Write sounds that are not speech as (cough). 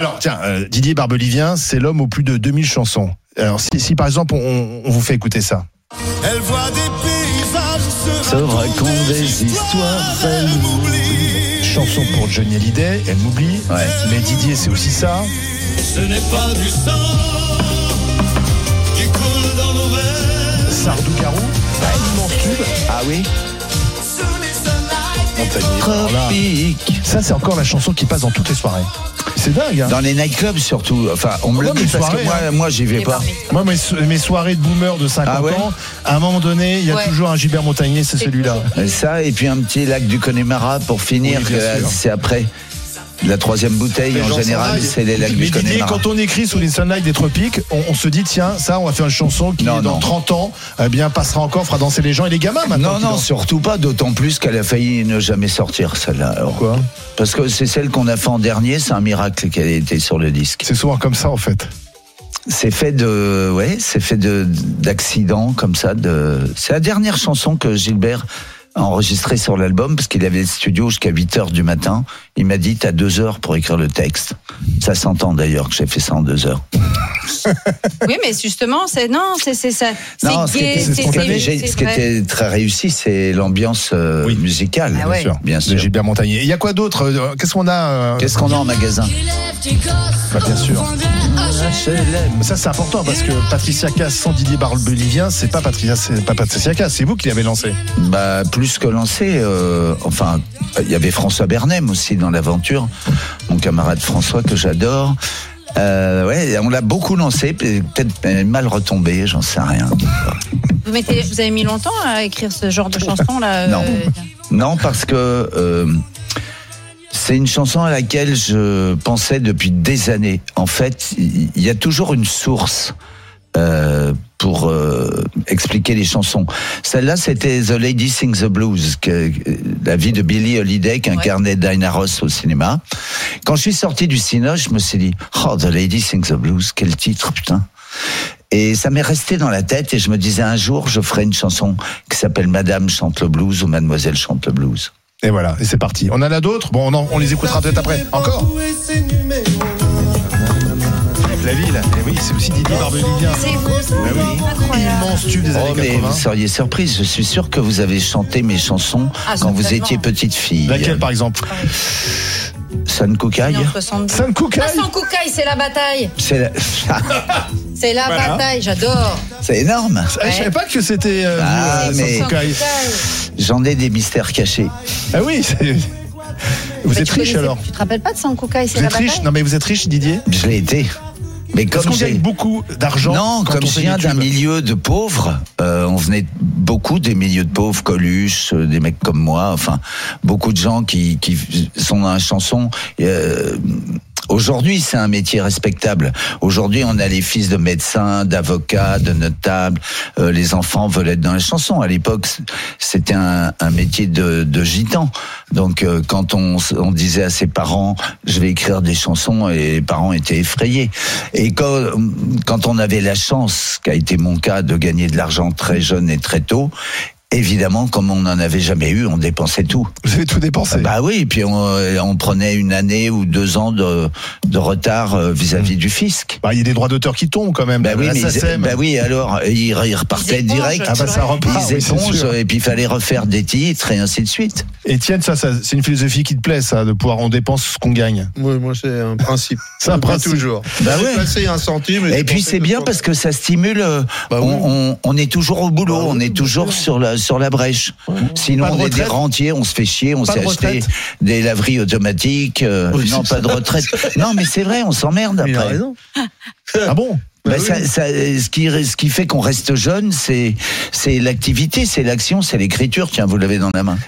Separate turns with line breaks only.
Alors tiens, euh, Didier Barbelivien, c'est l'homme aux plus de 2000 chansons. Alors si, si par exemple on, on vous fait écouter ça.
Elle voit des paysages,
Se raconte des histoires, elle
m'oublie.
Chanson pour Johnny Hallyday, elle m'oublie.
Ouais.
Mais Didier, c'est aussi ça.
Ce n'est pas du sang qui coule dans nos veines.
Sardou Carou, immense tube.
Ah oui
Montagnier, alors là,
Tropique.
Ça, c'est encore la chanson qui passe dans toutes les soirées. C'est dingue. Hein
Dans les nightclubs surtout. Enfin, on me
Ouais,
le
mais
dit parce
soirée,
que moi,
hein.
moi j'y vais pas.
Moi, mes, so- mes soirées de boomer de 50
Ah ouais
ans, à un moment donné, il y a
Ouais.
toujours un Gilbert Montagnier, c'est celui-là.
Euh, Ça, et puis un petit lac du Connemara pour finir,
Oui, bien
euh,
sûr.
c'est après. La troisième bouteille,
Les
en
gens
général,
sont là,
c'est les lacs
mais
du
Didier,
Connemara.
quand on écrit sous les sunlights des tropiques, on, on se dit tiens, ça, on va faire une chanson qui,
Non,
dans
non.
30 ans, eh bien, passera encore, fera danser les gens et les gamins maintenant.
Non,
qui
non,
dansent.
surtout pas, d'autant plus qu'elle a failli ne jamais sortir, celle-là. Alors,
Pourquoi
Parce que c'est celle qu'on a fait en dernier, c'est un miracle qu'elle ait été sur le disque.
C'est souvent comme ça en fait.
C'est fait de, ouais, c'est fait de d'accidents comme ça. De, c'est la dernière chanson que Gilbert a enregistrée sur l'album parce qu'il avait le studio jusqu'à 8 heures du matin. Il m'a dit t'as deux heures pour écrire le texte. Ça s'entend d'ailleurs que j'ai fait ça en deux heures.
Oui, mais justement, c'est non, c'est c'est ça.
Non,
C'est
ce qui
gay,
était,
c'est
c'est
spontané.
c'est-
ce
c'est
qui
vrai.
était très réussi, c'est l'ambiance euh,
Oui.
musicale,
Ah ouais.
bien sûr. Bien
De
sûr.
Gilbert Montagnier. Et Il y a quoi d'autre euh, Qu'est-ce qu'on a euh,
Qu'est-ce qu'on a en magasin
bah, Bien sûr.
Je l'aime.
Ça c'est important parce que Patricia Cass sans Didier Barbelivien, c'est pas Patricia, c'est pas Patricia Cass, c'est vous qui l'avez lancé.
Bah, plus que lancé, euh, enfin, il y avait François Bernem aussi dans l'aventure, mon camarade François que j'adore. Euh, ouais, on l'a beaucoup lancé, peut- peut-être mal retombé, j'en sais rien.
Vous, mettez- vous avez mis longtemps à écrire ce genre de chanson là. euh,
Non. Non, parce que euh, c'est une chanson à laquelle je pensais depuis des années. En fait, il il y a toujours une source euh, pour euh, expliquer les chansons. Celle-là, c'était The Lady Sings the Blues, que- euh, la vie de Billie Holiday qu'incarnait Diana Ross au cinéma. Quand je suis sorti du cinéma, je me suis dit, oh, The Lady Sings the Blues, quel titre, putain. Et ça m'est resté dans la tête et je me disais un jour je ferai une chanson qui s'appelle Madame chante le blues ou Mademoiselle chante le blues.
Et voilà, et c'est parti. On en a d'autres Bon, on, en- on les écoutera peut-être après. Encore
Où est ses numéros
La ville. Et oui, c'est aussi Didier Barbelivien.
C'est fou ça.
Bah oui.
Incroyable.
Immense tube des
Oh mais
années
vous
80.
seriez surprise, je suis sûr que vous avez chanté mes chansons
Ah,
quand vous
certainement.
étiez petite fille.
Laquelle par exemple
Ah,
Sun Kukai (laughs)
Non, 70.
Sam Cooke
Ah, sans Koukaï, c'est la bataille.
C'est la- (laughs) Ah,
C'est la
Voilà.
bataille, j'adore.
C'est énorme.
Ah, Je savais pas que c'était. euh,
Ah,
euh,
mais-
Sam
Sans
Cooke.
Koukaï.
J'en ai des mystères cachés.
Ah oui, c'est- vous êtes
Bah, tu
riche
connaissais-
alors.
Tu te rappelles pas de Sans Koukaï, c'est
Vous
la
êtes riche
bataille
Non mais vous êtes riche Didier
Je l'ai été. Mais
Parce
comme
qu'on
j'ai
gagne beaucoup d'argent.
Non,
quand
comme
on
je
fait
viens
des
d'un
tubes.
milieu de pauvres, euh, on venait beaucoup des milieux de pauvres, Coluche, euh, des mecs comme moi, enfin, beaucoup de gens qui, qui sont dans la chanson. euh, Aujourd'hui, c'est un métier respectable. Aujourd'hui, on a les fils de médecins, d'avocats, de notables. euh, les enfants veulent être dans la chanson. À l'époque, c- c'était un, un métier de, de gitan. Donc, euh, quand on, s- on disait à ses parents, je vais écrire des chansons, et les parents étaient effrayés. Et quand, quand on avait la chance, ce qui a été mon cas, de gagner de l'argent très jeune et très tôt, évidemment, comme on n'en avait jamais eu, on dépensait tout.
Vous avez tout dépensé.
Bah oui, et puis on, on prenait une année ou deux ans de, de retard euh, vis-à-vis du fisc.
Bah, il y a des droits d'auteur qui tombent quand même.
Bah oui,
La
mais ils-
SACEM.
bah oui, alors ils, ils repartaient
Ils épongent.
direct.
Ah bah ça repart.
Ils
oui, c'est
épongent,
sûr.
et puis il fallait refaire des titres et ainsi de suite.
Étienne, ça, ça, c'est une philosophie qui te plaît, ça, de pouvoir on dépense ce qu'on gagne.
Oui, moi, c'est un principe.
C'est un
Pas
principe.
toujours.
Bah
J'ai
ouais.
passé un centime.
Et puis c'est bien parce que ça stimule. euh,
Bah
on,
oui.
on- on est toujours au
Bah
boulot, on est toujours sur la sur la brèche. Sinon
Pas de
on est des
retraite
rentiers, on se fait chier, on
Pas
s'est
de
acheté
retraite
des laveries automatiques. euh,
Oui,
non,
c'est
pas de retraite. non, mais c'est vrai, on s'emmerde
Il a
après.
raison.
Ah bon
Bah,
Bah oui.
ça- ça- euh, ce, qui, ce qui fait qu'on reste jeune, c'est c'est l'activité, c'est l'action, c'est l'écriture. Tiens, vous l'avez dans la main.